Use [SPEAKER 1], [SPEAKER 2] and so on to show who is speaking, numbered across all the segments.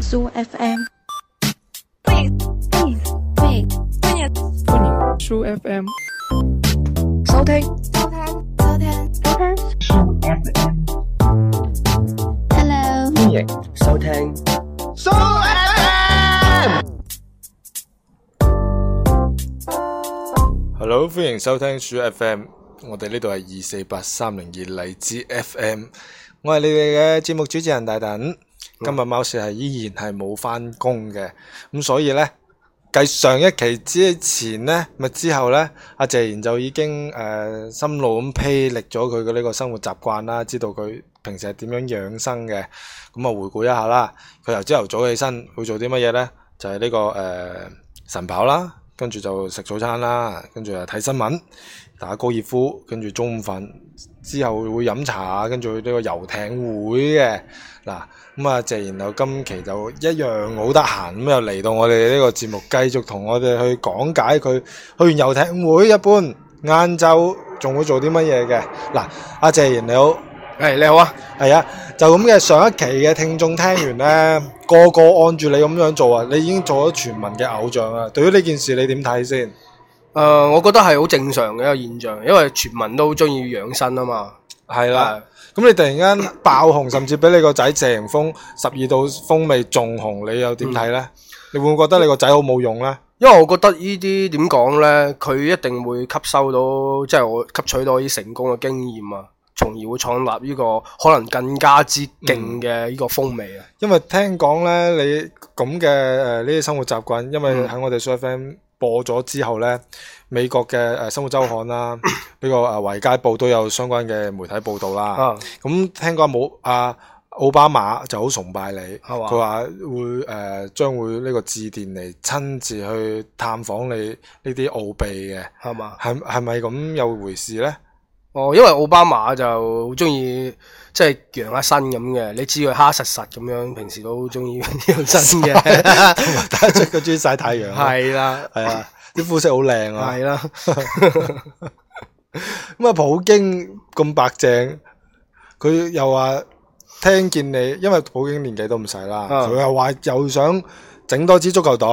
[SPEAKER 1] 蘇 FM。
[SPEAKER 2] 舒 FM。
[SPEAKER 3] 收聽
[SPEAKER 4] 收聽收聽收聽
[SPEAKER 1] Hello，
[SPEAKER 3] 歡迎收聽，
[SPEAKER 5] Hello，歡迎收聽鼠 FM，我哋呢度係二四八三零二荔枝 FM，我係你哋嘅節目主持人大等。今日貓史係依然係冇翻工嘅，咁所以呢，繼上一期之前呢，咪之後呢，阿謝賢就已經誒、呃深路咁披歷咗佢嘅呢個生活習慣啦，知道佢平時係點樣養生嘅，咁啊回顧一下啦。佢由朝頭早起身會做啲乜嘢呢？就係、呢、個誒、呃晨跑啦，跟住就食早餐啦，跟住就睇新聞、打高爾夫，跟住中午飯之後會飲茶，跟住去呢個遊艇會嘅嗱。咁啊，謝然後今期就一樣好得閒，咁又嚟到我哋呢個節目，繼續同我哋去講解佢去完遊艇會一般晏晝仲會做啲乜嘢嘅嗱。阿謝然你好。
[SPEAKER 3] 誒你好啊，
[SPEAKER 5] 系啊，就咁嘅上一期嘅聽眾聽完呢， 個個按住你咁樣做啊，你已經做咗全民嘅偶像啊！對於呢件事你點睇先？
[SPEAKER 3] 誒、呃我覺得係好正常嘅一個現象，因為全民都好中意養生啊嘛。
[SPEAKER 5] 係啦，啊咁你突然間爆紅，甚至比你個仔謝霆鋒十二道風味仲紅，你又點睇呢？你會唔會覺得你個仔好冇用呢？
[SPEAKER 3] 因為我覺得呢啲點講呢，佢一定會吸收到，即係我吸取到啲成功嘅經驗啊，從而會創立呢、個可能更加之勁嘅呢個風味啊。
[SPEAKER 5] 因為聽講呢，你咁嘅誒呢啲生活習慣，因為喺我哋 s u FM 播咗之後呢，美國嘅誒生活周刊 啦，呢個誒維街報都有相關嘅媒體報導啦。
[SPEAKER 3] 啊，
[SPEAKER 5] 咁聽講冇阿奧巴馬就好崇拜你，
[SPEAKER 3] 係嘛
[SPEAKER 5] 佢話會誒、呃、將會呢個致電嚟親自去探訪你呢啲奧秘嘅，
[SPEAKER 3] 係嘛？
[SPEAKER 5] 係係咪咁有回事 呢？
[SPEAKER 3] 哦，因為奧巴馬就好中意即係養下身咁嘅，你知佢蝦實實咁樣，平時都好中意養身嘅，
[SPEAKER 5] 睇得出佢中意曬太陽，
[SPEAKER 3] 係啦，
[SPEAKER 5] 係啊，啲膚色好靚啊，
[SPEAKER 3] 係啦。
[SPEAKER 5] 咁啊普京咁白淨，佢又話聽見你，因為普京年紀都唔細啦，
[SPEAKER 3] 啊
[SPEAKER 5] 佢又話又想整多支足球隊。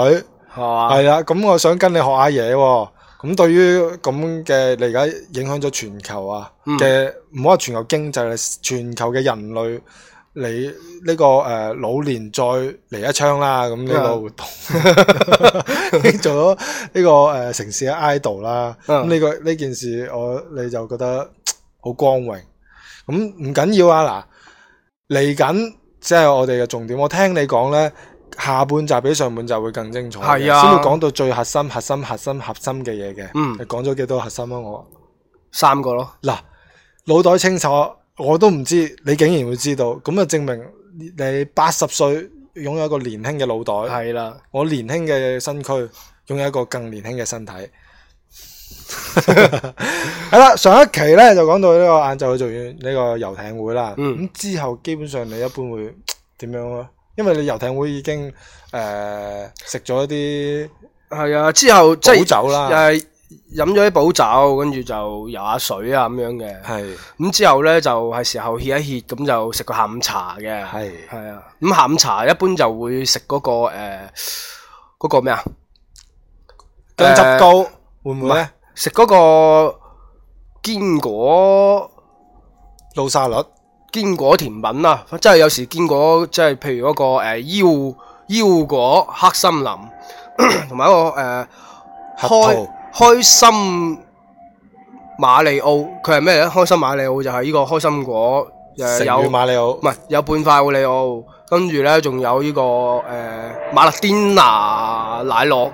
[SPEAKER 3] 係嘛？
[SPEAKER 5] 係啦，啊咁我想跟你學下嘢喎。咁對於咁嘅你而家影響咗全球啊
[SPEAKER 3] 嗯
[SPEAKER 5] 嘅，唔好話全球經濟啦，全球嘅人類，你呢個誒老年再嚟一槍啦，咁呢
[SPEAKER 3] 嗯
[SPEAKER 5] 個活動已經 做咗呢個誒城市嘅 idol 啦。咁
[SPEAKER 3] 嗯
[SPEAKER 5] 呢個呢件事我你就覺得好光榮。咁唔緊要啊，嗱嚟緊即係我哋嘅重點。我聽你講呢，下半集比上半集會更精彩嘅，
[SPEAKER 3] 係啊
[SPEAKER 5] 先會講到最核心、核心、核心、核心嘅嘢嘅。
[SPEAKER 3] 嗯
[SPEAKER 5] 你講咗幾多核心啊？我
[SPEAKER 3] 三個咯，
[SPEAKER 5] 嗱腦袋清楚，我都唔知，你竟然會知道，咁啊證明你八十歲擁有一個年輕嘅腦袋，
[SPEAKER 3] 係啦，
[SPEAKER 5] 我年輕嘅身軀擁有一個更年輕嘅 身體。係啦，上一期咧就講到呢個晏晝去做完呢個遊艇會啦。咁、
[SPEAKER 3] 嗯
[SPEAKER 5] 之後基本上你一般會點樣啊？因為你遊艇會已經誒食咗一
[SPEAKER 3] 係啊。之後即
[SPEAKER 5] 啲補
[SPEAKER 3] 係
[SPEAKER 5] 啊酒啦，
[SPEAKER 3] 誒飲咗啲補酒，跟住就游下水啊咁樣嘅。
[SPEAKER 5] 係
[SPEAKER 3] 咁之後咧就係時候歇一歇，咁就食個下午茶嘅。
[SPEAKER 5] 係
[SPEAKER 3] 係啊，咁下午茶一般就會食嗰個誒嗰個咩啊？
[SPEAKER 5] 薑汁糕會唔會咧？
[SPEAKER 3] 食嗰個堅果。
[SPEAKER 5] 露沙律
[SPEAKER 3] 堅果甜品啊，即係有時堅果即係譬如嗰、個誒腰腰果黑森林， 同埋一個誒、呃、
[SPEAKER 5] 核
[SPEAKER 3] 開
[SPEAKER 5] 桃
[SPEAKER 3] 開心馬里奧，佢係咩咧？開心馬里奧就係呢個開心果，誒
[SPEAKER 5] 成
[SPEAKER 3] 有
[SPEAKER 5] 語馬里
[SPEAKER 3] 唔
[SPEAKER 5] 奧
[SPEAKER 3] 係有半塊奧利奧，跟住咧仲有呢、個誒、呃、馬勒甸拿奶酪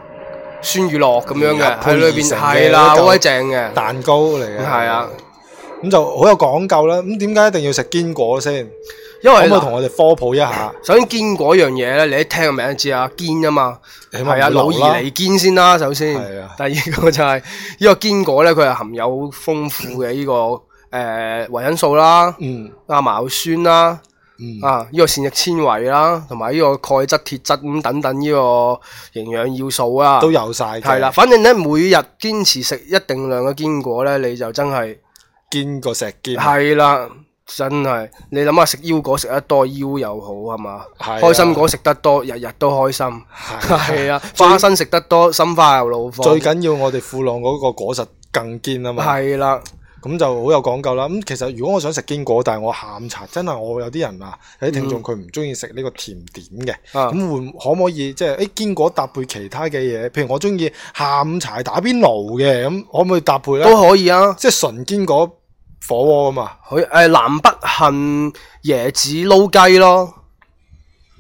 [SPEAKER 3] 酸乳酪咁樣嘅
[SPEAKER 5] 嗯
[SPEAKER 3] 喺裏
[SPEAKER 5] 配
[SPEAKER 3] 邊，
[SPEAKER 5] 而成嘅
[SPEAKER 3] 係啦，
[SPEAKER 5] 一嚿
[SPEAKER 3] 好鬼正嘅，
[SPEAKER 5] 蛋糕嚟嘅，
[SPEAKER 3] 係啊，
[SPEAKER 5] 咁就好有講究啦。咁點解一定要食堅果先？
[SPEAKER 3] 因
[SPEAKER 5] 可
[SPEAKER 3] 為
[SPEAKER 5] 唔可以
[SPEAKER 3] 嗱
[SPEAKER 5] 同我哋科普一 下？
[SPEAKER 3] 首先堅果樣嘢咧，你一聽個名就知啊，堅啊嘛，
[SPEAKER 5] 起碼
[SPEAKER 3] 係啊，
[SPEAKER 5] 唔會
[SPEAKER 3] 老
[SPEAKER 5] 流啦
[SPEAKER 3] 而離堅先啦，首先。
[SPEAKER 5] 係啊
[SPEAKER 3] 第二個就係、呢個堅果咧，佢係含有好豐富嘅呢、個誒、呃、維生素啦、
[SPEAKER 5] 嗯
[SPEAKER 3] 亞麻酸啦、
[SPEAKER 5] 嗯，
[SPEAKER 3] 啊呢、個膳食纖維啦，同埋呢個鈣質、鐵質咁等等呢個營養要素啊。
[SPEAKER 5] 都有晒嘅。
[SPEAKER 3] 係啦，，反正咧每日堅持食一定量嘅堅果咧，你就真係
[SPEAKER 5] 堅過石堅。
[SPEAKER 3] 係啦，真係你諗下食腰果食得多腰又好係嘛，
[SPEAKER 5] 係啊
[SPEAKER 3] 開心果食得多日日都開心，係啊，
[SPEAKER 5] 最
[SPEAKER 3] 花生食得多心花又怒放，
[SPEAKER 5] 最緊要我哋富朗嗰個果實更堅啊嘛，
[SPEAKER 3] 係啦，
[SPEAKER 5] 咁就好有講究啦。咁其實如果我想食堅果，但係我下午茶真係我有啲人啊，有啲聽眾佢唔中意食呢個甜點嘅，
[SPEAKER 3] 嗯啊
[SPEAKER 5] 咁會可唔可以即係誒堅果搭配其他嘅嘢？譬如我中意下午茶打邊爐嘅，咁可唔可以搭配咧？
[SPEAKER 3] 都可以啊。
[SPEAKER 5] 即係純堅果火鍋啊嘛，
[SPEAKER 3] 佢誒南北杏椰子撈雞咯，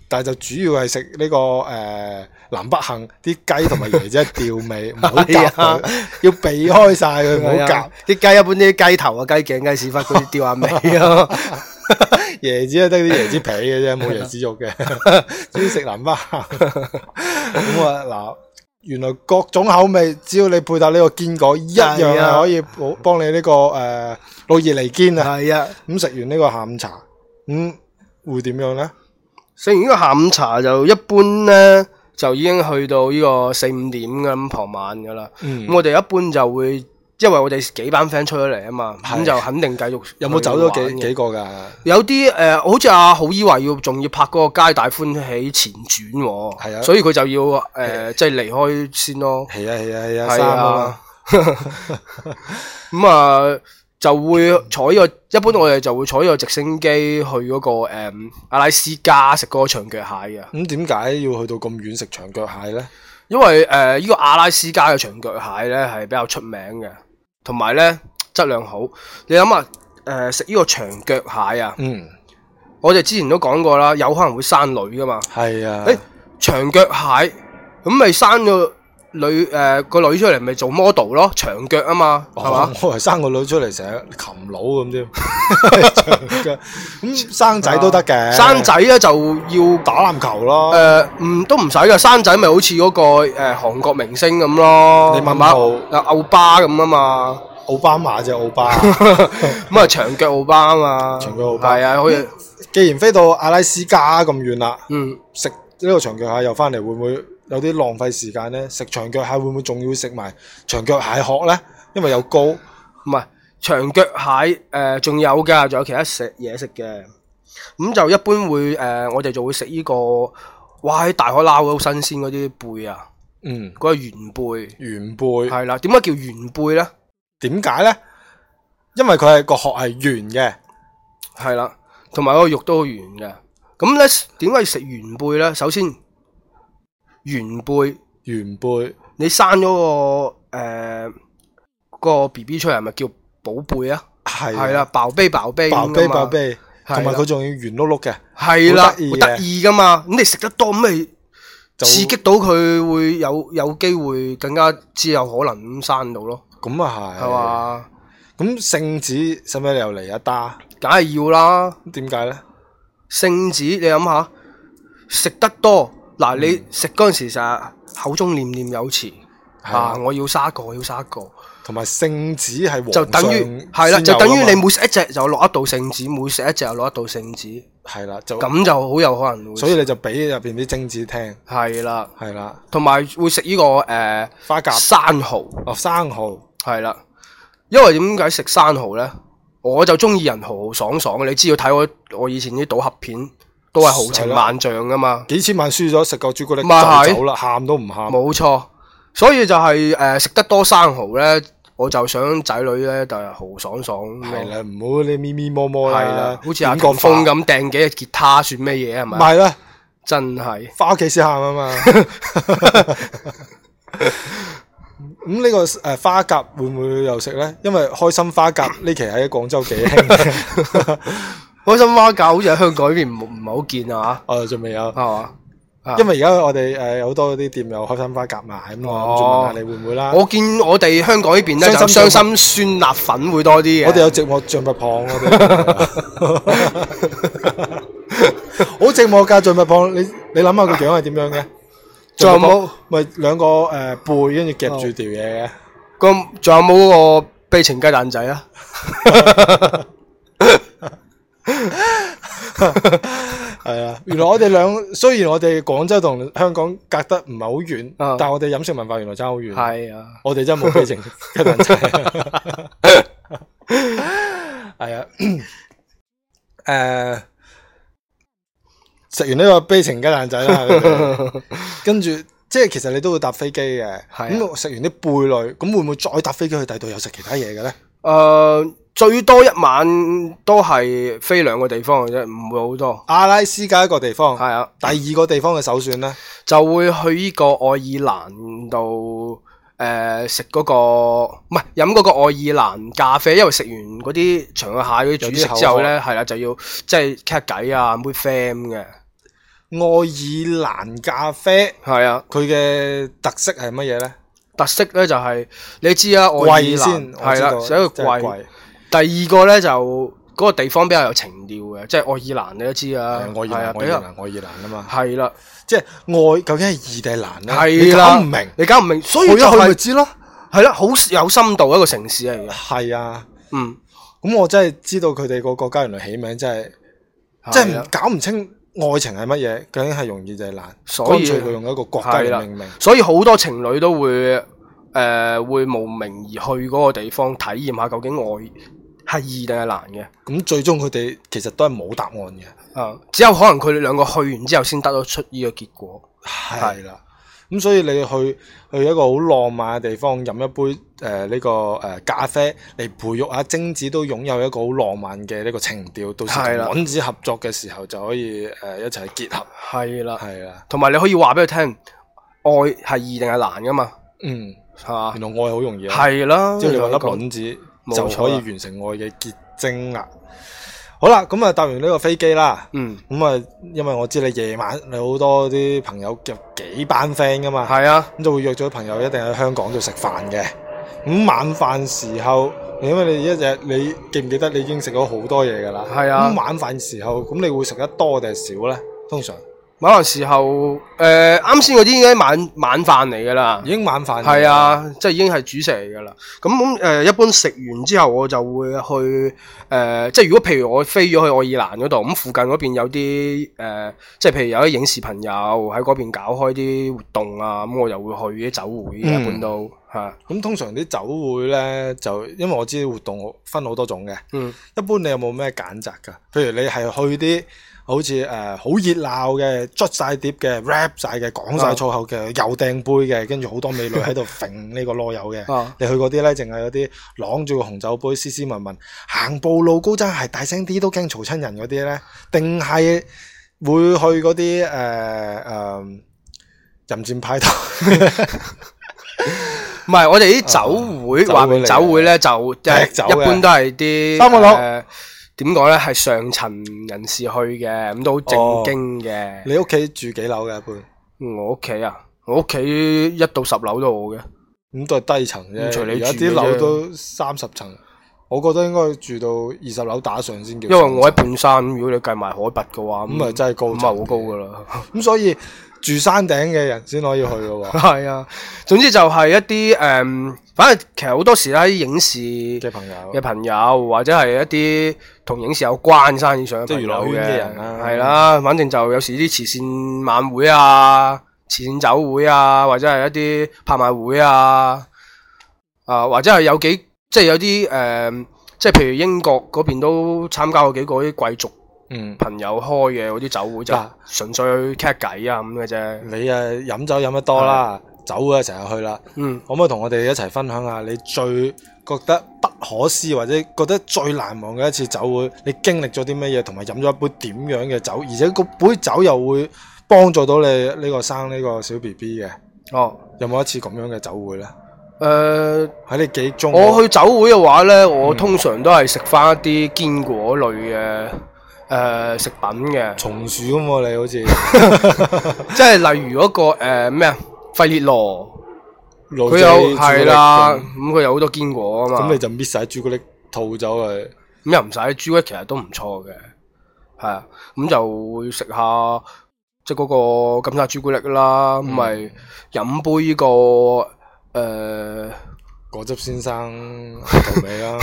[SPEAKER 5] 但係就主要係食呢個誒、呃南北杏啲雞同埋椰子係吊味， 唔好夾
[SPEAKER 3] 係啊
[SPEAKER 5] 佢，要避開晒佢，唔好
[SPEAKER 3] 係
[SPEAKER 5] 夾
[SPEAKER 3] 啊。啲雞一般啲雞頭啊、雞頸、雞屎忽嗰啲吊下味咯。
[SPEAKER 5] 椰子係得啲椰子皮嘅啫，冇椰子肉 嘅，中意食南北杏。咁啊嗱，原來各種口味，只要你配搭呢個堅果，一樣
[SPEAKER 3] 係
[SPEAKER 5] 係
[SPEAKER 3] 啊
[SPEAKER 5] 可以保幫你呢、個誒、呃老熱離堅啊。
[SPEAKER 3] 係啊，
[SPEAKER 5] 咁食完呢個下午茶，咁、會點樣咧？
[SPEAKER 3] 食完呢個下午茶就一般咧，就已經去到呢個四五點咁傍晚噶啦。
[SPEAKER 5] 嗯
[SPEAKER 3] 咁我哋一般就會，因為我哋幾班 friend 出咗嚟啊嘛，咁就肯定繼續
[SPEAKER 5] 有冇走咗
[SPEAKER 3] 去
[SPEAKER 5] 幾
[SPEAKER 3] 玩嘅
[SPEAKER 5] 幾個㗎？
[SPEAKER 3] 有啲誒、呃好似阿好以為要仲要拍嗰個《皆大歡喜前傳》
[SPEAKER 5] 係
[SPEAKER 3] 喎，
[SPEAKER 5] 啊
[SPEAKER 3] 所以佢就要誒、呃即係離開先咯。
[SPEAKER 5] 係啊係啊係啊，
[SPEAKER 3] 係
[SPEAKER 5] 三啊
[SPEAKER 3] 啊
[SPEAKER 5] 嘛，，
[SPEAKER 3] 咁啊就會坐呢個，一般我哋就會坐呢個直升機去嗰、個、誒阿拉斯加食嗰個長腳蟹嘅，
[SPEAKER 5] 咁點解要去到咁遠食長腳蟹咧？
[SPEAKER 3] 因呃為誒呢、個阿拉斯加嘅長腳蟹咧係比較出名嘅，同埋咧質量好。你諗下誒食呢個長腳蟹啊，
[SPEAKER 5] 嗯，
[SPEAKER 3] 我哋之前都講過啦，有可能會生女噶嘛。
[SPEAKER 5] 係啊，
[SPEAKER 3] 誒、長腳蟹咁咪生個女誒個、女出嚟咪做 model 咯，長腳啊嘛，
[SPEAKER 5] 我
[SPEAKER 3] 係嘛？
[SPEAKER 5] 哦我係生個女出嚟成日擒佬咁 添，長腳咁生仔都得嘅，
[SPEAKER 3] 生仔咧就要
[SPEAKER 5] 打籃球
[SPEAKER 3] 誒，唔、
[SPEAKER 5] 咯，
[SPEAKER 3] 都唔使噶，生仔咪好似嗰、個誒、韓國明星咁咯，
[SPEAKER 5] 你問
[SPEAKER 3] 係嘛
[SPEAKER 5] 號
[SPEAKER 3] 啊奧巴咁 啊嘛，
[SPEAKER 5] 奧巴馬啫奧巴。
[SPEAKER 3] 咁啊長腳奧巴啊嘛，
[SPEAKER 5] 長腳奧巴
[SPEAKER 3] 係啊，好似
[SPEAKER 5] 既然飛到阿拉斯加咁遠啦，
[SPEAKER 3] 嗯
[SPEAKER 5] 食呢個長腳蟹又翻嚟，會唔會有啲浪費時間咧？食長腳蟹會唔會仲要食埋長腳蟹殼咧？因為有膏，
[SPEAKER 3] 唔係長腳蟹誒，仲、有㗎，仲有其他食嘢食嘅，咁就一般會誒、呃我哋就會食呢、個，哇喺大海撈到好新鮮嗰啲貝啊，
[SPEAKER 5] 嗯，
[SPEAKER 3] 嗰、個圓貝
[SPEAKER 5] 原貝。
[SPEAKER 3] 係啦，點解叫圓貝咧？
[SPEAKER 5] 點解咧？因為佢係個殼係圓嘅，
[SPEAKER 3] 係啦，同埋個肉都好圓嘅。咁咧，點解要食圓貝咧？首先，圓貝
[SPEAKER 5] 圓貝
[SPEAKER 3] 你生咗個诶、呃個 B B 出嚟，係咪叫寶貝啊？
[SPEAKER 5] 係
[SPEAKER 3] 係啦，，爆啤爆啤
[SPEAKER 5] 爆
[SPEAKER 3] 咁啊
[SPEAKER 5] 啤
[SPEAKER 3] 㗎嘛
[SPEAKER 5] 爆，啤，同埋
[SPEAKER 3] 係啦
[SPEAKER 5] 佢仲要圓碌碌嘅，
[SPEAKER 3] 係啦，
[SPEAKER 5] 好
[SPEAKER 3] 好
[SPEAKER 5] 得意嘅
[SPEAKER 3] 得意噶嘛。咁你食得多，咁你
[SPEAKER 5] 就
[SPEAKER 3] 刺激到佢會有有機會更加之有可能咁生到咯，
[SPEAKER 5] 咁啊係，
[SPEAKER 3] 係？嘛？
[SPEAKER 5] 咁聖子使唔使又嚟一打？
[SPEAKER 3] 梗係要啦。
[SPEAKER 5] 咁點解咧？
[SPEAKER 3] 聖子，你諗下，食得多嗱，
[SPEAKER 5] 嗯
[SPEAKER 3] 你食嗰陣時就係口中念念有詞
[SPEAKER 5] 係啊
[SPEAKER 3] 啊！我要殺一個，我要殺一個，
[SPEAKER 5] 同埋聖子係皇
[SPEAKER 3] 就
[SPEAKER 5] 上
[SPEAKER 3] 等於係啦，
[SPEAKER 5] 先
[SPEAKER 3] 就
[SPEAKER 5] 有
[SPEAKER 3] 等
[SPEAKER 5] 㗎
[SPEAKER 3] 於
[SPEAKER 5] 嘛
[SPEAKER 3] 你每食一隻就落一道聖子，每食一隻就落一道聖子，
[SPEAKER 5] 係啦，就
[SPEAKER 3] 咁就好有可能會。
[SPEAKER 5] 哦所以你就俾入邊啲精子聽，
[SPEAKER 3] 係啦，
[SPEAKER 5] 係啦，
[SPEAKER 3] 同埋會食呢、個誒、呃
[SPEAKER 5] 花甲
[SPEAKER 3] 生蠔，
[SPEAKER 5] 哦生蠔
[SPEAKER 3] 係啦，因為點解食生蠔咧？我就中意人豪豪爽爽嘅，你知要睇我我以前啲賭俠片都係豪
[SPEAKER 5] 係
[SPEAKER 3] 情
[SPEAKER 5] 啦
[SPEAKER 3] 萬丈噶嘛。
[SPEAKER 5] 幾千萬輸咗食嚿朱古力
[SPEAKER 3] 咪係
[SPEAKER 5] 就走啦，喊都唔喊，
[SPEAKER 3] 冇錯，所以就係誒食得多生蠔咧，我就想仔女咧就係豪爽爽咁咯。
[SPEAKER 5] 係啦，唔好你咪咪摸摸
[SPEAKER 3] 係
[SPEAKER 5] 啦
[SPEAKER 3] 啦，，好似阿
[SPEAKER 5] 點個
[SPEAKER 3] 霆鋒
[SPEAKER 5] 化，
[SPEAKER 3] 咁掟幾隻吉他算咩嘢啊？係咪啊？
[SPEAKER 5] 咪啦，
[SPEAKER 3] 真係
[SPEAKER 5] 翻屋企先喊啊 嘛。咁呢個誒花甲會唔會又食咧？因為開心花甲呢期喺廣州幾興嘅，
[SPEAKER 3] 開心花架好似喺香港呢邊唔唔係好見啊
[SPEAKER 5] 我仲未有
[SPEAKER 3] 嚇，。係嘛？啊
[SPEAKER 5] 因為而家我哋誒有好多嗰啲店有開心花甲賣，咁我諗住問下你會唔會啦？
[SPEAKER 3] 哦我見我哋香港呢邊咧就
[SPEAKER 5] 傷心
[SPEAKER 3] 傷心酸辣粉會多啲嘅。
[SPEAKER 5] 我哋有寂寞象拔蚌，我哋 好寂寞㗎象拔蚌。你你諗下個樣係點樣嘅？
[SPEAKER 3] 仲有冇哦
[SPEAKER 5] 咪兩個誒、呃背跟住夾住條嘢嘅？
[SPEAKER 3] 咁仲有冇嗰個悲情雞蛋仔啊？
[SPEAKER 5] 係啊，原來我哋兩雖然我哋廣州同香港隔得唔係好遠，
[SPEAKER 3] 啊
[SPEAKER 5] 但係我哋飲食文化原來爭好遠。
[SPEAKER 3] 係啊，
[SPEAKER 5] 我哋真係冇悲 情 一陣仔。係啊，诶，食、完呢個悲情雞蛋仔啦， 佢哋跟住即係其實你都會搭飛機嘅。
[SPEAKER 3] 係啊
[SPEAKER 5] 咁我食完啲貝類，咁會唔會再搭飛機去第度又食其他嘢嘅咧？
[SPEAKER 3] 诶、呃最多一晚都係飛兩個地方嘅啫，唔會好多。
[SPEAKER 5] 阿拉斯加一個地方，
[SPEAKER 3] 係啊，
[SPEAKER 5] 第二個地方嘅首選咧，
[SPEAKER 3] 就會去呢個愛爾蘭度诶食嗰個唔係飲嗰個愛爾蘭咖啡，因為食完嗰啲長腳蟹嗰啲主食之後咧，係啦就要即係傾下偈啊，妹 friend 嘅，
[SPEAKER 5] 愛爾蘭咖啡，
[SPEAKER 3] 係啊。
[SPEAKER 5] 佢嘅特色係乜嘢咧？
[SPEAKER 3] 特色咧就係、你知啊，愛爾
[SPEAKER 5] 貴先，
[SPEAKER 3] 蘭
[SPEAKER 5] 我知道
[SPEAKER 3] 係啦，就一個
[SPEAKER 5] 真係
[SPEAKER 3] 貴。第二個咧就嗰、個地方比較有情調嘅，即係愛爾蘭你都知啊，
[SPEAKER 5] 誒愛
[SPEAKER 3] 係
[SPEAKER 5] 爾
[SPEAKER 3] 啊
[SPEAKER 5] 蘭，
[SPEAKER 3] 比
[SPEAKER 5] 愛爾
[SPEAKER 3] 較
[SPEAKER 5] 蘭，愛爾蘭啊嘛，
[SPEAKER 3] 係啦，
[SPEAKER 5] 即係愛究竟係異地蘭咧？你
[SPEAKER 3] 係
[SPEAKER 5] 搞
[SPEAKER 3] 啦，
[SPEAKER 5] 唔明，
[SPEAKER 3] 你搞唔明，所以
[SPEAKER 5] 去
[SPEAKER 3] 就
[SPEAKER 5] 一去咪
[SPEAKER 3] 係
[SPEAKER 5] 知咯。
[SPEAKER 3] 係啦，好有深度一個城市嚟嘅，
[SPEAKER 5] 係啊，
[SPEAKER 3] 嗯，
[SPEAKER 5] 咁我真係知道佢哋個國家原來起名真係，真
[SPEAKER 3] 啦
[SPEAKER 5] 係搞唔清愛情係乜嘢，究竟係容易定係難。
[SPEAKER 3] 所以
[SPEAKER 5] 乾脆佢用一個國家
[SPEAKER 3] 係
[SPEAKER 5] 嚟
[SPEAKER 3] 啦
[SPEAKER 5] 命名。
[SPEAKER 3] 所以好多情侶都會誒、呃、會慕名而去嗰個地方體驗下究竟愛係易定係難嘅。
[SPEAKER 5] 咁最終佢哋其實都係冇答案嘅。
[SPEAKER 3] 啊、只有可能佢哋兩個去完之後先得到出呢個結果。
[SPEAKER 5] 係啦，咁所以你去去一個好浪漫嘅地方飲一杯誒呢個誒咖啡嚟培育下精子，都擁有一個好浪漫嘅呢個情調。到時
[SPEAKER 3] 係啦
[SPEAKER 5] 同卵子合作嘅時候就可以呃誒一齊結合。
[SPEAKER 3] 係啦。
[SPEAKER 5] 係啦，
[SPEAKER 3] 同埋你可以話俾佢聽，愛係易定係難噶嘛，
[SPEAKER 5] 嗯，
[SPEAKER 3] 係嘛
[SPEAKER 5] 原？來愛好容易啊。
[SPEAKER 3] 係啦，
[SPEAKER 5] 即係你揾粒
[SPEAKER 3] 講
[SPEAKER 5] 卵子
[SPEAKER 3] 冇
[SPEAKER 5] 就
[SPEAKER 3] 錯
[SPEAKER 5] 可以
[SPEAKER 3] 啦
[SPEAKER 5] 完成愛嘅結晶啦。好啦，咁啊搭完呢個飛機啦，
[SPEAKER 3] 嗯，
[SPEAKER 5] 咁啊因為我知你夜晚你好多啲朋友有幾班 friend 噶嘛，
[SPEAKER 3] 係啊，
[SPEAKER 5] 咁就會約咗朋友一定喺香港度食飯嘅。咁晚飯時候，因為你一日你記唔記得你已經食咗好多嘢㗎啦？
[SPEAKER 3] 係啊
[SPEAKER 5] 咁晚飯時候，咁你會食得多定係少咧？通常
[SPEAKER 3] 晚飯時候，誒啱先嗰啲應該晚晚飯嚟噶啦
[SPEAKER 5] 已。經晚飯
[SPEAKER 3] 係，
[SPEAKER 5] 嗯
[SPEAKER 3] 啊，即係已經係主食嚟㗎啦。咁咁嗯誒，一般食完之後，我就會去誒、呃即係如果譬如我飛咗去愛爾蘭嗰度，咁附近嗰邊有啲誒、呃即係譬如有啲影視朋友喺嗰邊搞開啲活動啊，咁我又會去啲酒會嘅，
[SPEAKER 5] 嗯
[SPEAKER 3] 一般都嚇，
[SPEAKER 5] 咁通常啲酒會咧，就因為我知活動分好多種嘅。
[SPEAKER 3] 嗯，
[SPEAKER 5] 一般你有冇咩揀擇㗎？譬如你係去啲好似誒好熱鬧嘅，捽晒碟嘅，rap 晒嘅，講
[SPEAKER 3] 啊
[SPEAKER 5] 晒粗口嘅，又掟杯嘅，跟住好多美女喺度揈呢個啰柚嘅。
[SPEAKER 3] 啊
[SPEAKER 5] 你去嗰啲咧，淨係嗰啲攞住個紅酒杯斯斯文文，行步路高踭鞋大聲啲都驚嘈親人嗰啲咧，定係會去嗰啲誒誒淫賤派 對？
[SPEAKER 3] 唔係，我哋啲酒會
[SPEAKER 5] 酒會
[SPEAKER 3] 話明
[SPEAKER 5] 嚟
[SPEAKER 3] 酒會咧，就即係
[SPEAKER 5] 劈酒嘅
[SPEAKER 3] 一般都係啲
[SPEAKER 5] 三個佬
[SPEAKER 3] 誒點講咧，係上層人士去嘅，咁都好正經嘅。
[SPEAKER 5] 你屋企住幾樓嘅一般？
[SPEAKER 3] 我屋企啊，我屋企一到十樓都我嘅，
[SPEAKER 5] 咁都係低層
[SPEAKER 3] 咁
[SPEAKER 5] 啫，
[SPEAKER 3] 隨
[SPEAKER 5] 而
[SPEAKER 3] 你
[SPEAKER 5] 家
[SPEAKER 3] 住嘅
[SPEAKER 5] 啲
[SPEAKER 3] 啫
[SPEAKER 5] 樓都三十層，我覺得應該住到二十樓打上先叫
[SPEAKER 3] 因為
[SPEAKER 5] 上層。
[SPEAKER 3] 我喺半山，如果你計埋海拔嘅話，
[SPEAKER 5] 咁啊真係高
[SPEAKER 3] 咁啊
[SPEAKER 5] 層
[SPEAKER 3] 好高噶啦。
[SPEAKER 5] 咁，所以住山頂嘅人先可以去嘅喎
[SPEAKER 3] 係啊，總之就係一啲誒、嗯反正其實好多時咧，喺影視
[SPEAKER 5] 嘅朋友
[SPEAKER 3] 嘅。朋友，或者係一啲同影視有關生意上
[SPEAKER 5] 即係
[SPEAKER 3] 係
[SPEAKER 5] 娛樂圈嘅人啊啦
[SPEAKER 3] 係啦，反正就有時啲慈善晚會啊、慈善酒會啊，或者係一啲拍賣會啊，啊或者係有幾即係有啲誒、即係譬如英國嗰邊都參加過幾個啲貴族
[SPEAKER 5] 嗯，
[SPEAKER 3] 朋友開嘅嗰啲酒會，就
[SPEAKER 5] 嗱
[SPEAKER 3] 純粹去傾偈啊咁嘅啫。
[SPEAKER 5] 你啊飲酒飲得多啦，酒啊成日去啦，
[SPEAKER 3] 嗯，
[SPEAKER 5] 可唔可以同我哋一齊分享下你最覺得不可思議或者覺得最難忘嘅一次酒會？你經歷咗啲乜嘢，同埋飲咗一杯點樣嘅酒，而且嗰杯酒又會幫助到你呢個生呢個小 B B 嘅？
[SPEAKER 3] 哦，
[SPEAKER 5] 有冇一次咁樣嘅酒會呢？
[SPEAKER 3] 誒、
[SPEAKER 5] 喺你記憶中，
[SPEAKER 3] 我去酒會嘅話呢，我通常都係食翻一啲堅果類嘅誒、呃食品嘅，
[SPEAKER 5] 松鼠咁喎，你好似
[SPEAKER 3] 即係例如嗰、個呃咩啊費列羅，
[SPEAKER 5] 佢
[SPEAKER 3] 佢有係啦，咁佢有好多堅果啊嘛，
[SPEAKER 5] 咁你就搣晒朱古力吐走佢。
[SPEAKER 3] 咁又唔使朱古力，其實都唔錯嘅，係啊，咁就會食下即係嗰個金沙朱古力啦，
[SPEAKER 5] 嗯
[SPEAKER 3] 咁咪飲杯呢、個呃
[SPEAKER 5] 果汁先 生頭尾啦，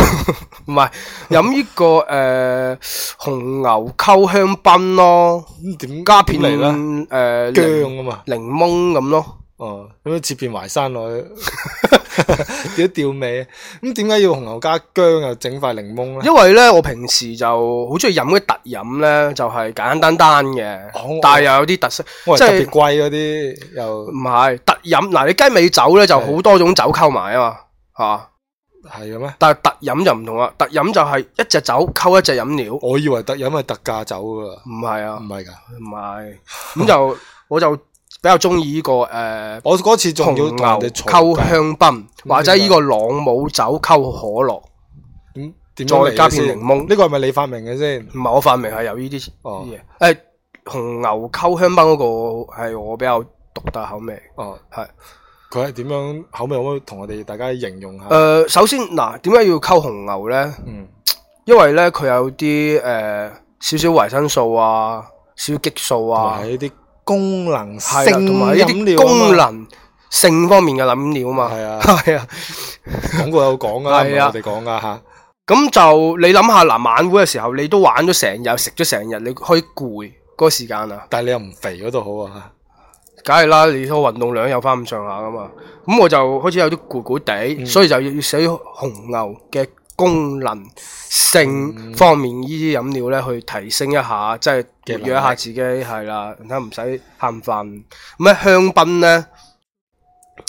[SPEAKER 3] 唔係飲呢個誒、呃、紅牛溝香檳咯。
[SPEAKER 5] 咁點
[SPEAKER 3] 加片
[SPEAKER 5] 嚟啦？
[SPEAKER 3] 誒
[SPEAKER 5] 姜啊嘛，
[SPEAKER 3] 檸檬咁咯，
[SPEAKER 5] 哦，咁樣切片淮山落去，屌吊味。咁點解要紅牛加姜又整塊檸檬咧？
[SPEAKER 3] 因為咧，我平時就好中意飲嗰啲特飲咧，就係、簡簡單單嘅，
[SPEAKER 5] 哦
[SPEAKER 3] 但係又有啲特色，
[SPEAKER 5] 我
[SPEAKER 3] 即
[SPEAKER 5] 係特別
[SPEAKER 3] 係
[SPEAKER 5] 貴嗰啲又
[SPEAKER 3] 唔係特飲嗱？你雞尾酒咧就好多種酒溝埋啊嘛，嚇、
[SPEAKER 5] 係嘅咩？
[SPEAKER 3] 但係特飲就唔同啦，特飲就係一隻酒溝一隻飲料，唔
[SPEAKER 5] 我以為特飲係特價酒㗎，唔
[SPEAKER 3] 係啊，
[SPEAKER 5] 係㗎。
[SPEAKER 3] 唔係咁就我就比較中意呢個誒。呃
[SPEAKER 5] 我嗰次仲
[SPEAKER 3] 紅
[SPEAKER 5] 要
[SPEAKER 3] 牛
[SPEAKER 5] 同人哋嘈
[SPEAKER 3] 溝香檳，或者
[SPEAKER 5] 點解
[SPEAKER 3] 呢個朗姆酒溝可樂，
[SPEAKER 5] 點點樣嚟嘅
[SPEAKER 3] 再加片
[SPEAKER 5] 先
[SPEAKER 3] 檸檬
[SPEAKER 5] 呢個係咪你發明嘅先？
[SPEAKER 3] 唔係我發明係有呢啲
[SPEAKER 5] 哦
[SPEAKER 3] 嘢。誒，紅牛溝香檳嗰個係我比較獨特口味。
[SPEAKER 5] 哦，
[SPEAKER 3] 係，
[SPEAKER 5] 佢係點樣口味？可唔可以同我哋大家形容下？
[SPEAKER 3] 誒，首先嗱，點解要溝紅牛咧？
[SPEAKER 5] 嗯，
[SPEAKER 3] 因為咧佢有啲誒少少維生素啊，少少激素
[SPEAKER 5] 同
[SPEAKER 3] 啊
[SPEAKER 5] 埋，呢啲功能性
[SPEAKER 3] 係啦，同埋一
[SPEAKER 5] 飲
[SPEAKER 3] 啲
[SPEAKER 5] 料啊嘛
[SPEAKER 3] 功能性方面嘅飲料啊嘛。
[SPEAKER 5] 係啊
[SPEAKER 3] 係啊。
[SPEAKER 5] 廣告有講噶，唔
[SPEAKER 3] 係
[SPEAKER 5] 係
[SPEAKER 3] 啊
[SPEAKER 5] 我哋講噶吓。
[SPEAKER 3] 咁就你諗下嗱，晚會嘅時候你都玩咗成日，食咗成日，你可以攰嗰個時間啊，
[SPEAKER 5] 但係你又唔肥嗰度好啊，
[SPEAKER 3] 梗係啦，你個運動量有翻咁上下噶嘛。咁我就開始有啲攰攰地，
[SPEAKER 5] 嗯
[SPEAKER 3] 所以就要使紅牛嘅功能
[SPEAKER 5] 嗯
[SPEAKER 3] 性方面呢啲飲料咧去提升一下，即係活躍一下自己係啦，睇唔使喊瞓。咁咧香檳咧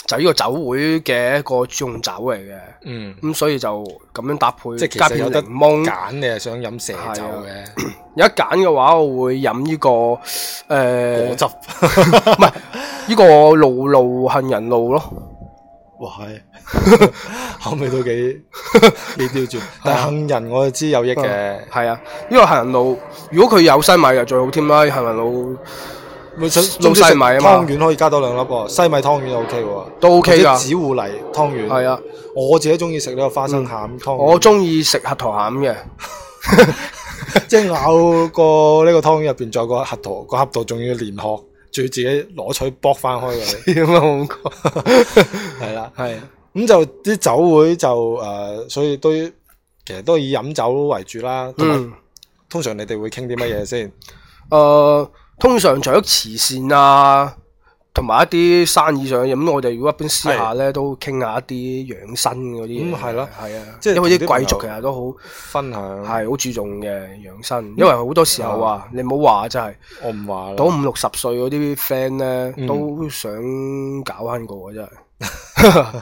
[SPEAKER 3] 就呢個酒會嘅一個重酒嚟嘅，
[SPEAKER 5] 嗯，
[SPEAKER 3] 咁所以就咁樣搭配，
[SPEAKER 5] 即係其
[SPEAKER 3] 加
[SPEAKER 5] 實
[SPEAKER 3] 片
[SPEAKER 5] 有得
[SPEAKER 3] 檸檬。
[SPEAKER 5] 揀，你係想飲蛇酒
[SPEAKER 3] 啊
[SPEAKER 5] 嘅
[SPEAKER 3] 有得揀嘅話，我會飲呢、個誒，
[SPEAKER 5] 果
[SPEAKER 3] 呃
[SPEAKER 5] 汁，
[SPEAKER 3] 唔係呢個露露杏仁露咯。
[SPEAKER 5] 哇係，口味都 幾幾刁鑽。但係杏仁我就知有益嘅，
[SPEAKER 3] 係啊，呢、個杏仁露，如果佢有西米就最好添啦。杏仁露
[SPEAKER 5] 咪想
[SPEAKER 3] 老西米啊
[SPEAKER 5] 湯
[SPEAKER 3] 嘛
[SPEAKER 5] 圓可以加多兩粒喎，西米湯圓就 OK 喎，
[SPEAKER 3] 都 OK
[SPEAKER 5] 或者
[SPEAKER 3] 㗎，
[SPEAKER 5] 紫芋泥湯圓
[SPEAKER 3] 係啊，嗯
[SPEAKER 5] 我自己中意食呢個花生餡湯圓，
[SPEAKER 3] 我中意食核桃餡嘅，
[SPEAKER 5] 即係咬個呢個湯圓入邊仲有個核桃，個核桃仲要連殼，仲要自己攞取剝翻開 佢，
[SPEAKER 3] 點啊我唔講
[SPEAKER 5] 係啦。
[SPEAKER 3] 係啊
[SPEAKER 5] 咁就啲酒會就誒、呃所以都其實都以飲酒為主啦。同埋、
[SPEAKER 3] 嗯，
[SPEAKER 5] 通常你哋會傾啲乜嘢先？
[SPEAKER 3] 誒、通常除咗慈善啊。同埋一啲生意上嘅嘢咁，我哋如果一般私下咧都傾下一啲養生嗰啲嘢，
[SPEAKER 5] 咁係咯
[SPEAKER 3] 係啊，
[SPEAKER 5] 即係
[SPEAKER 3] 因為啲
[SPEAKER 5] 同啲朋友
[SPEAKER 3] 貴
[SPEAKER 5] 嗯
[SPEAKER 3] 族其實都好
[SPEAKER 5] 分享
[SPEAKER 3] 係好注重嘅養生，因為好多時候啊，你唔好話就係
[SPEAKER 5] 我唔話
[SPEAKER 3] 到
[SPEAKER 5] 啦，
[SPEAKER 3] 五六十歲嗰啲 friend 咧，
[SPEAKER 5] 嗯
[SPEAKER 3] 都想搞翻個啊真係。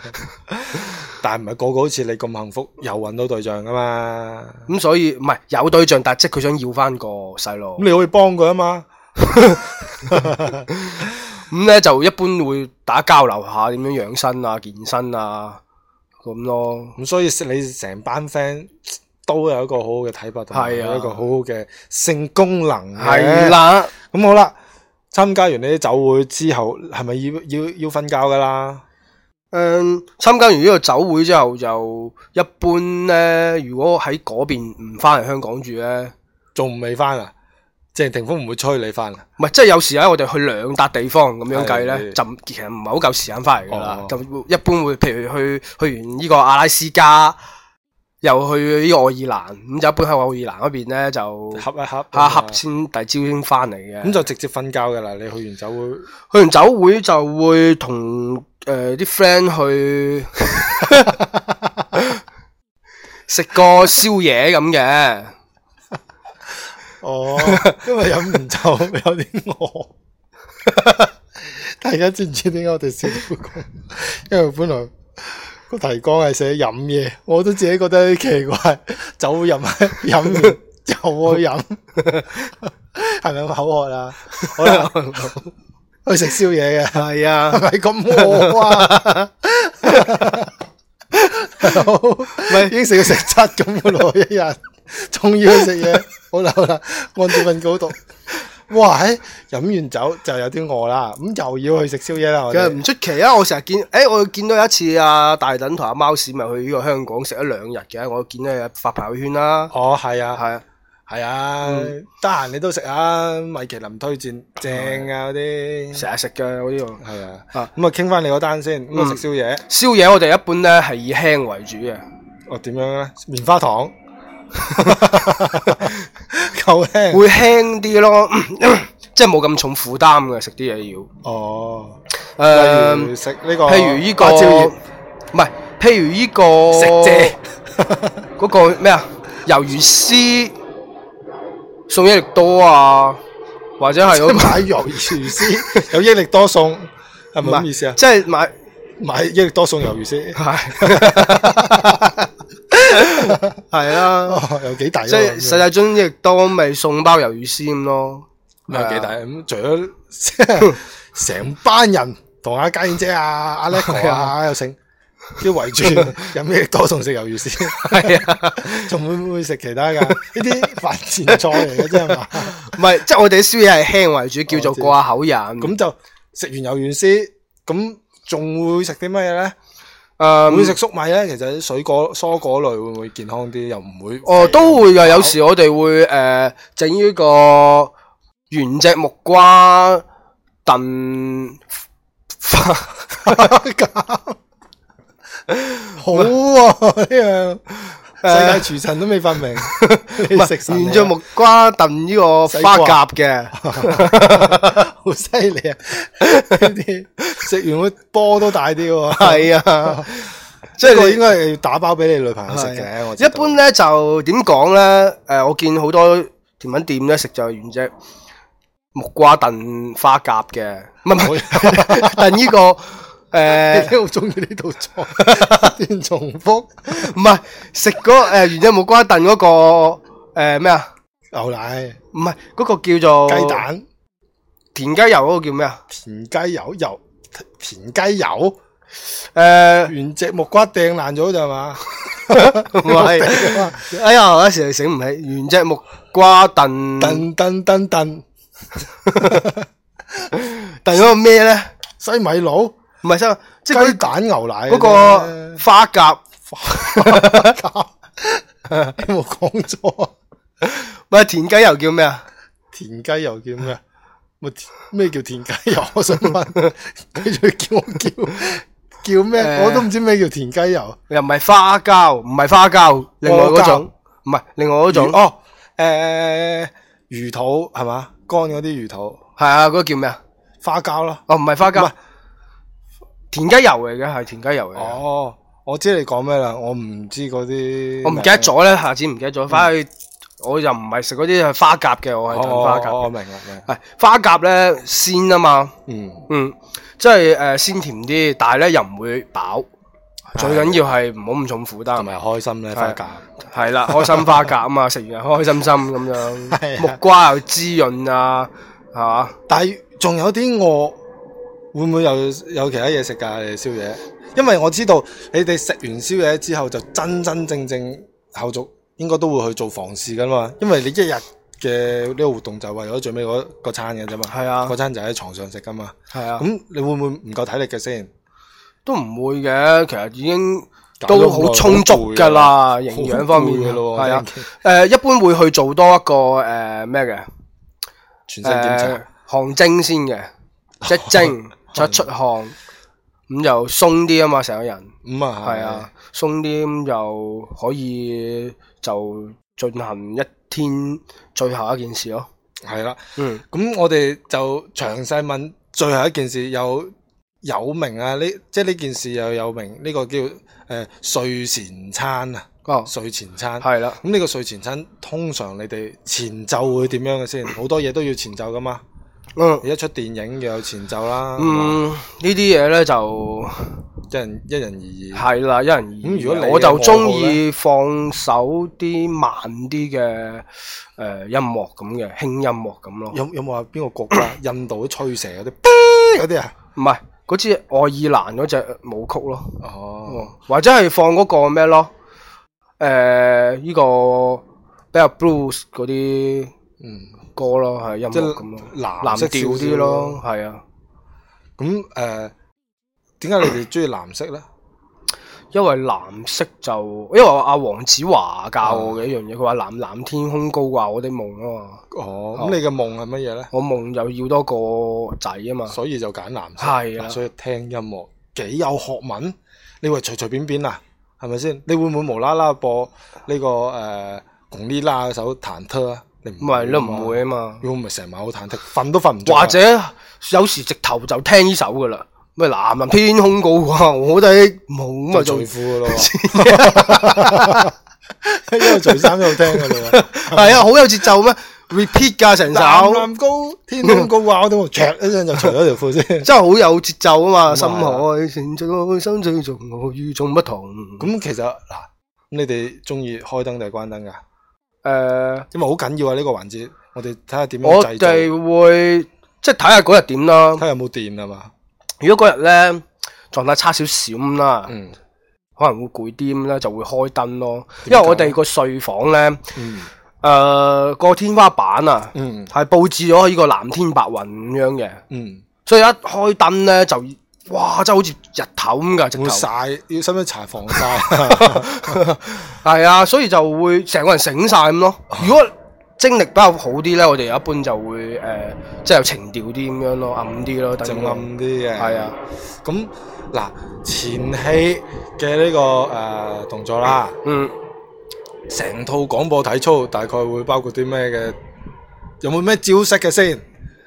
[SPEAKER 5] 但係唔係個個好似你咁幸福，又揾到對象噶嘛？
[SPEAKER 3] 咁所以唔係有對象，但係即係佢想要翻個細路
[SPEAKER 5] 咁。你可以幫佢啊嘛。
[SPEAKER 3] 咁咧就一般會打交流下點樣養生啊、健身啊咁咯。
[SPEAKER 5] 咁所以你成班 friend 都有一個好好嘅體魄，同埋
[SPEAKER 3] 係啊
[SPEAKER 5] 有一個好好嘅性功能嘅
[SPEAKER 3] 係。啦，
[SPEAKER 5] 咁好啦，參加完呢啲酒會之後，係咪要要要瞓覺噶啦？
[SPEAKER 3] 誒嗯參加完呢個酒會之後，就一般咧，如果喺嗰邊唔翻嚟香港住咧。
[SPEAKER 5] 仲未翻啊？鄭霆鋒唔會催你翻啊？
[SPEAKER 3] 唔係，即係有時咧，我哋去兩笪地方咁樣計
[SPEAKER 5] 係
[SPEAKER 3] 咧，就唔其實唔係好夠時間翻嚟㗎啦
[SPEAKER 5] 哦。
[SPEAKER 3] 就一般會，譬如去去完呢個阿拉斯加，又去呢個愛爾蘭，咁就一般喺愛爾蘭嗰邊咧就
[SPEAKER 5] 合一合啊
[SPEAKER 3] 下合先，第二朝先翻嚟嘅。
[SPEAKER 5] 咁就直接瞓覺噶啦。你去完酒會，
[SPEAKER 3] 去完酒會就會同呃誒啲 friend 去食個宵夜咁嘅。
[SPEAKER 5] 哦， 因為飲完酒有啲餓。 大家知唔知點解我哋笑到咁？因為本來個提綱係寫飲嘢，我都自己覺得有啲奇怪。酒會飲 飲完酒會 飲，係咪口渴啦？好 啦，去食宵夜嘅。
[SPEAKER 3] 係 啊
[SPEAKER 5] 係咪咁餓啊？咪已經食到成七咁嘅咯，一日仲要去食嘢，好啦好啦，按照份稿讀。哇！喺飲完酒就有啲餓啦，咁又要去食宵夜啦。我
[SPEAKER 3] 其實
[SPEAKER 5] 哋
[SPEAKER 3] 唔出奇啊！我成日見，誒、我見到有一次啊，大等同阿貓屎咪去呢個香港食咗兩日嘅，我見到佢發朋友圈啦，
[SPEAKER 5] 哦，係啊，
[SPEAKER 3] 係嗯啊，
[SPEAKER 5] 係啊，得閒你都食啊，米其林推薦正啊嗰啲。
[SPEAKER 3] 成日食嘅嗰啲喎。
[SPEAKER 5] 係啊，咁
[SPEAKER 3] 啊
[SPEAKER 5] 啊傾翻你嗰單先，咁啊食
[SPEAKER 3] 嗯
[SPEAKER 5] 宵夜，
[SPEAKER 3] 宵夜我哋一般咧係以輕為主嘅，
[SPEAKER 5] 哦點樣咧？棉花 糖，夠輕。嗯
[SPEAKER 3] 會輕啲咯。嗯 即係冇咁重負擔嘅食啲嘢要。
[SPEAKER 5] 哦，
[SPEAKER 3] 誒、
[SPEAKER 5] 例如食呢個，
[SPEAKER 3] 嗯譬如呢、個
[SPEAKER 5] 花椒葉
[SPEAKER 3] 唔係，譬如呢、個
[SPEAKER 5] 食蔗，
[SPEAKER 3] 嗰個咩啊？魷魚絲、送益力多啊，或者係 嗰、個
[SPEAKER 5] 買魷魚 絲，有益力多餸，係咪咁意思啊？
[SPEAKER 3] 即係買
[SPEAKER 5] 買益力多餸魷魚絲，
[SPEAKER 3] 係 係啦，
[SPEAKER 5] 哦有幾大喎？
[SPEAKER 3] 即係
[SPEAKER 5] 咁樣
[SPEAKER 3] 世界中益力多咪送包魷魚絲咁咯。啊
[SPEAKER 5] 咁有幾大？咁除咗 成班人同阿家燕姐啊、阿叻哥
[SPEAKER 3] 係
[SPEAKER 5] 啊又剩，都圍住 飲咩多同食魷魚絲，
[SPEAKER 3] 係啊，
[SPEAKER 5] 仲會唔會食其他㗎？呢啲飯前菜嚟嘅啫係 嘛？
[SPEAKER 3] 唔係，即係我哋啲宵夜係輕為主，叫做過下口癮。
[SPEAKER 5] 咁就食完魷魚絲，咁仲會食啲乜嘢咧？
[SPEAKER 3] 誒
[SPEAKER 5] 會食粟米咧？其實水果、蔬果類會唔會健康啲？又唔會
[SPEAKER 3] 哦，都會噶。有時我哋會誒整呢個呃原隻木瓜燉花，
[SPEAKER 5] 好喎呢樣， 世界廚神都未發 明，你食神
[SPEAKER 3] 原
[SPEAKER 5] 嚟
[SPEAKER 3] 隻
[SPEAKER 5] 啊
[SPEAKER 3] 木瓜燉呢個花甲嘅，
[SPEAKER 5] 好犀利啊！呢啲食完會波都大啲喎。
[SPEAKER 3] 係啊，
[SPEAKER 5] 即
[SPEAKER 3] 即
[SPEAKER 5] 係你
[SPEAKER 3] 係
[SPEAKER 5] 應該係要打包俾你女朋友食嘅。我
[SPEAKER 3] 你
[SPEAKER 5] 知道
[SPEAKER 3] 一 般咧就點講咧？誒，我見好多甜品店咧食就係原隻木瓜燉花甲嘅，唔係唔係 燉呢個誒
[SPEAKER 5] 你。都好中意呢道菜，不斷重複
[SPEAKER 3] 唔係食嗰個誒原隻木瓜燉嗰個誒咩啊？
[SPEAKER 5] 牛奶、
[SPEAKER 3] 唔係嗰個叫做
[SPEAKER 5] 雞蛋、
[SPEAKER 3] 田雞油嗰個叫咩啊？
[SPEAKER 5] 田雞油、油田雞油，
[SPEAKER 3] 誒，
[SPEAKER 5] 原隻木瓜掟爛咗咋嘛？
[SPEAKER 3] 唔 係，哎呀，我有時醒唔起原隻木瓜燉燉
[SPEAKER 5] 噔噔噔噔，
[SPEAKER 3] 嗰個咩咧？
[SPEAKER 5] 西米佬、
[SPEAKER 3] 唔係真，即係
[SPEAKER 5] 雞
[SPEAKER 3] 嗰
[SPEAKER 5] 蛋牛奶
[SPEAKER 3] 嗰個花甲，
[SPEAKER 5] 你冇講錯啊。
[SPEAKER 3] 唔係田雞油叫咩啊？
[SPEAKER 5] 田雞油叫咩？咪田咩叫田雞油？ 我想問，佢仲叫我叫叫咩？
[SPEAKER 3] 誒
[SPEAKER 5] 我都唔知咩叫田雞油。
[SPEAKER 3] 又唔係花膠，唔係花膠，另外嗰
[SPEAKER 5] 花膠
[SPEAKER 3] 種，唔係另外嗰種，
[SPEAKER 5] 哦，誒魚肚係嘛？乾嗰啲魚肚，
[SPEAKER 3] 係啊，嗰個叫咩啊？
[SPEAKER 5] 花膠啦。
[SPEAKER 3] 哦，唔係花
[SPEAKER 5] 唔
[SPEAKER 3] 膠
[SPEAKER 5] 係，
[SPEAKER 3] 田雞油嚟嘅，係田雞油嚟嘅。
[SPEAKER 5] 哦，我知你講咩啦，我唔知嗰啲。
[SPEAKER 3] 我唔記得。咗咧，下次唔記得咗，翻去我又唔係食嗰啲係花甲嘅，我係燉花甲
[SPEAKER 5] 嗯哦，
[SPEAKER 3] 嘅。
[SPEAKER 5] 我明啦，明啦。
[SPEAKER 3] 係花甲咧鮮啊嘛，
[SPEAKER 5] 嗯，
[SPEAKER 3] 嗯，即係誒鮮甜啲，但係咧又唔會飽。最緊要係唔好咁重負
[SPEAKER 5] 啊同
[SPEAKER 3] 擔，
[SPEAKER 5] 埋開心咧，花膠。
[SPEAKER 3] 係啊啦，開心花甲啊嘛，食完開開心心咁
[SPEAKER 5] 係
[SPEAKER 3] 樣，
[SPEAKER 5] 啊
[SPEAKER 3] 木瓜又滋潤啊，係嘛？
[SPEAKER 5] 但係仲有啲餓，會唔會有有其他嘢食㗎？你哋宵夜，因為我知道你哋食完宵夜之後就真真正正後續應該都會去做房事㗎嘛，因為你一日嘅呢個活動就係為咗最尾嗰嗰餐嘅啫嘛，
[SPEAKER 3] 係啊
[SPEAKER 5] 嗰餐就喺床上食㗎嘛，
[SPEAKER 3] 係啊，咁
[SPEAKER 5] 咁你會唔會唔夠體力嘅先？
[SPEAKER 3] 都唔會嘅，其實已經
[SPEAKER 5] 搞咗咁耐
[SPEAKER 3] 都好充足㗎啦，營養方面
[SPEAKER 5] 好攰㗎咯喎
[SPEAKER 3] 係啊
[SPEAKER 5] 真係，
[SPEAKER 3] 誒一般會去做多一個誒咩嘅。
[SPEAKER 5] 全身檢查，
[SPEAKER 3] 誒汗蒸先嘅， 即 蒸出一出汗，咁就鬆啲啊嘛，成個人
[SPEAKER 5] 咁啊
[SPEAKER 3] 係啊，鬆啲咁就可以就進行一天最後一件事咯。
[SPEAKER 5] 係啦，
[SPEAKER 3] 嗯，
[SPEAKER 5] 咁我哋就詳細問最後一件事有有名啊，呢即係呢件事又有名，呢、個叫誒、呃睡前餐啊，
[SPEAKER 3] 哦，
[SPEAKER 5] 睡前餐。
[SPEAKER 3] 係啦，
[SPEAKER 5] 咁呢個睡前餐通常你哋前奏會點樣嘅先？好多嘢都要前奏噶嘛，
[SPEAKER 3] 嗯
[SPEAKER 5] 你一出電影又有前奏啦，係嘛
[SPEAKER 3] 嗯，呢啲嘢咧就
[SPEAKER 5] 一人一人而異。
[SPEAKER 3] 係啦，因人而異。
[SPEAKER 5] 咁如果你
[SPEAKER 3] 我就
[SPEAKER 5] 嘅
[SPEAKER 3] 中
[SPEAKER 5] 愛好
[SPEAKER 3] 意
[SPEAKER 5] 呢
[SPEAKER 3] 放手啲慢啲嘅誒音樂咁嘅輕音樂咁咯。
[SPEAKER 5] 有有冇話邊個國 家？印度啲吹蛇嗰啲嗰啲啊？
[SPEAKER 3] 唔係嗰支愛爾蘭嗰隻舞曲咯。
[SPEAKER 5] 哦，
[SPEAKER 3] 哦或者係放嗰個咩咯？誒、呢、個比較 blues 嗰啲
[SPEAKER 5] 嗯，
[SPEAKER 3] 歌咯，係音
[SPEAKER 5] 即
[SPEAKER 3] 樂
[SPEAKER 5] 係
[SPEAKER 3] 咁咯，
[SPEAKER 5] 藍
[SPEAKER 3] 藍
[SPEAKER 5] 色
[SPEAKER 3] 調
[SPEAKER 5] 少
[SPEAKER 3] 啲
[SPEAKER 5] 少
[SPEAKER 3] 咯，。係啊，
[SPEAKER 5] 咁誒，呃點解、你哋中意藍色咧？
[SPEAKER 3] 因為藍色就因為阿黃子華教我嘅一樣嘢，佢話藍藍天空高掛我的夢啊嘛，
[SPEAKER 5] 哦，咁你嘅夢係乜嘢咧？
[SPEAKER 3] 我夢又要多個仔啊嘛，
[SPEAKER 5] 所以就揀藍色。
[SPEAKER 3] 係啊
[SPEAKER 5] 嗱
[SPEAKER 3] 啦
[SPEAKER 5] 所以聽音樂幾有學問。你話隨隨便便啊，呃係咪先？你會唔會無啦啦播呢、個誒《鞏俐啦》嗰首《忐忑》啊？你唔
[SPEAKER 3] 唔係
[SPEAKER 5] 會
[SPEAKER 3] 咯，
[SPEAKER 5] 啊嘛
[SPEAKER 3] 唔會啊嘛。
[SPEAKER 5] 如果唔係成晚好忐忑，瞓都瞓唔着啊。
[SPEAKER 3] 或者有時直頭就聽呢首噶啦，咪藍藍天空高掛 我的夢咁啊
[SPEAKER 5] 就
[SPEAKER 3] 做
[SPEAKER 5] 罪。褲噶咯喎，一路除衫一路聽噶咯喎。
[SPEAKER 3] 係啊，好有節奏咩？repeat 㗎成
[SPEAKER 5] 藍
[SPEAKER 3] 首，
[SPEAKER 5] 藍高天空高掛，我都唰一聲就除咗條褲 先。
[SPEAKER 3] 真係好有節奏啊嘛！
[SPEAKER 5] 咁
[SPEAKER 3] 深
[SPEAKER 5] 啊
[SPEAKER 3] 海沉醉愛心最重，我與眾不同。咁
[SPEAKER 5] 咁其實嗱，咁你哋中意開燈定係關燈㗎？
[SPEAKER 3] 誒，
[SPEAKER 5] 因為好緊要啊呢個環節，我哋睇下點樣
[SPEAKER 3] 呃
[SPEAKER 5] 製
[SPEAKER 3] 我
[SPEAKER 5] 造，
[SPEAKER 3] 哋
[SPEAKER 5] 睇
[SPEAKER 3] 會即係睇下嗰日點啦。
[SPEAKER 5] 下有冇電啊嘛。
[SPEAKER 3] 如果嗰日咧狀態差少少咁啦，
[SPEAKER 5] 嗯
[SPEAKER 3] 可能會攰啲咁咧，就會開燈咯。因
[SPEAKER 5] 點
[SPEAKER 3] 為
[SPEAKER 5] 解
[SPEAKER 3] 我哋個睡房咧，誒、
[SPEAKER 5] 嗯
[SPEAKER 3] 個呃天花板啊，
[SPEAKER 5] 嗯
[SPEAKER 3] 係佈置咗呢個藍天白雲咁樣嘅，
[SPEAKER 5] 嗯，
[SPEAKER 3] 所以一開燈咧就哇，真係好似日頭咁㗎，直頭
[SPEAKER 5] 會 曬，要使唔使搽防啊曬？
[SPEAKER 3] 係啊，所以就會成個人醒晒咁咯。
[SPEAKER 5] 啊
[SPEAKER 3] 如果精力比較好啲咧，我哋一般就會誒、呃即係有情調啲咁樣咯，暗啲咯，等
[SPEAKER 5] 就
[SPEAKER 3] 於
[SPEAKER 5] 暗啲嘅。
[SPEAKER 3] 係啊，
[SPEAKER 5] 咁嗱，前戲嘅呢個誒動作啦。
[SPEAKER 3] 嗯。
[SPEAKER 5] 成套廣播體操大概會包括啲咩嘅？有冇咩招式嘅先？
[SPEAKER 3] 誒、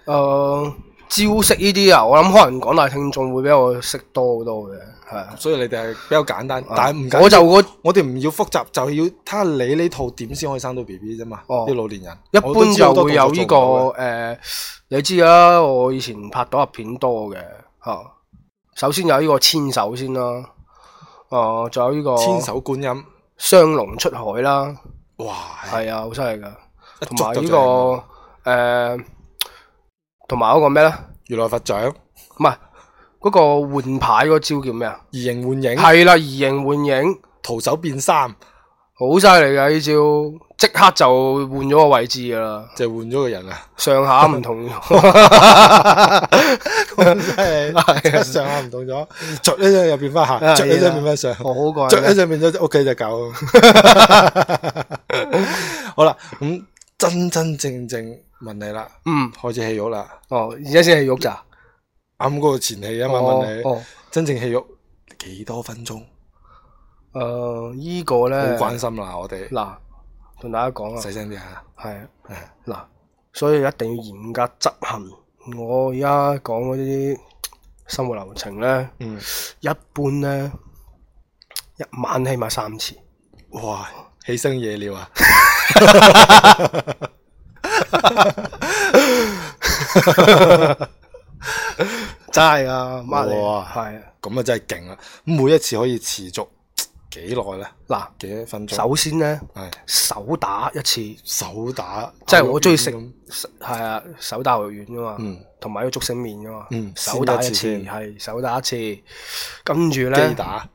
[SPEAKER 3] 呃招式呢啲啊，我諗可能廣大聽眾會比我識多好多嘅，係啊。
[SPEAKER 5] 所以你哋係比較簡單，但係唔緊
[SPEAKER 3] 我就
[SPEAKER 5] 要。
[SPEAKER 3] 我
[SPEAKER 5] 我哋唔要複雜，就係要睇下你呢套點先可以生到 B B 啫嘛。
[SPEAKER 3] 哦
[SPEAKER 5] 啲老年人
[SPEAKER 3] 一
[SPEAKER 5] 我都
[SPEAKER 3] 般
[SPEAKER 5] 知好
[SPEAKER 3] 就
[SPEAKER 5] 多
[SPEAKER 3] 會有呢、個
[SPEAKER 5] 動
[SPEAKER 3] 誒
[SPEAKER 5] 作、
[SPEAKER 3] 你知啦，我以前拍到入片多嘅嚇、啊首先有呢個牽手先啦，哦、仲有呢個
[SPEAKER 5] 做唔到嘅千手觀音，
[SPEAKER 3] 雙龍出海啦，
[SPEAKER 5] 哇！係
[SPEAKER 3] 係啊，好犀利噶。
[SPEAKER 5] 一
[SPEAKER 3] 同
[SPEAKER 5] 捉
[SPEAKER 3] 埋
[SPEAKER 5] 就
[SPEAKER 3] 呢
[SPEAKER 5] 正喎
[SPEAKER 3] 個誒，同埋嗰個咩咧？
[SPEAKER 5] 如來佛掌
[SPEAKER 3] 唔係嗰個換牌嗰招叫咩啊？
[SPEAKER 5] 移形換影，
[SPEAKER 3] 係啦，移形換影。
[SPEAKER 5] 徒手變衫，
[SPEAKER 3] 好犀利噶呢招，即刻就換咗個位置噶啦，
[SPEAKER 5] 就換咗個人啊！
[SPEAKER 3] 上下唔同。
[SPEAKER 5] 真 係上下唔同咗，着一陣又變翻
[SPEAKER 3] 係
[SPEAKER 5] 下，
[SPEAKER 3] 啊
[SPEAKER 5] 着一陣變翻上。
[SPEAKER 3] 我好過癮
[SPEAKER 5] 着
[SPEAKER 3] 啊
[SPEAKER 5] 喺上面咗屋企只狗。 好啦，咁真真正正問你啦，
[SPEAKER 3] 嗯，
[SPEAKER 5] 開始戲肉啦。
[SPEAKER 3] 哦，而家先係玉咋？
[SPEAKER 5] 啱嗰個前戲啊嘛，
[SPEAKER 3] 哦
[SPEAKER 5] 問你、
[SPEAKER 3] 哦
[SPEAKER 5] 真正戲肉幾多分鐘？
[SPEAKER 3] 誒，呃依個
[SPEAKER 5] 好
[SPEAKER 3] 咧，
[SPEAKER 5] 關心啦，我哋
[SPEAKER 3] 嗱，同大家講啊，
[SPEAKER 5] 細聲啲嚇。
[SPEAKER 3] 係嗱，所以一定要嚴格執行。我而家講嗰啲生活流程咧，
[SPEAKER 5] 嗯，
[SPEAKER 3] 一般咧一晚起碼三次。
[SPEAKER 5] 哇，起身夜尿啊！
[SPEAKER 3] 真係啊，媽你
[SPEAKER 5] 哇
[SPEAKER 3] 係啊
[SPEAKER 5] 咁啊真係勁啦！咁每一次可以持續幾耐咧？
[SPEAKER 3] 嗱，
[SPEAKER 5] 幾多分鐘？
[SPEAKER 3] 首先咧
[SPEAKER 5] 係
[SPEAKER 3] 手打一次。
[SPEAKER 5] 手打，
[SPEAKER 3] 即係我中意食
[SPEAKER 5] 咁，
[SPEAKER 3] 係啊，手打肉丸噶嘛
[SPEAKER 5] 嗯，
[SPEAKER 3] 同埋個竹升面噶嘛
[SPEAKER 5] 嗯，
[SPEAKER 3] 手打一
[SPEAKER 5] 先一次
[SPEAKER 3] 次
[SPEAKER 5] 先
[SPEAKER 3] 係手打一次，跟住
[SPEAKER 5] 機
[SPEAKER 3] 咧
[SPEAKER 5] 打。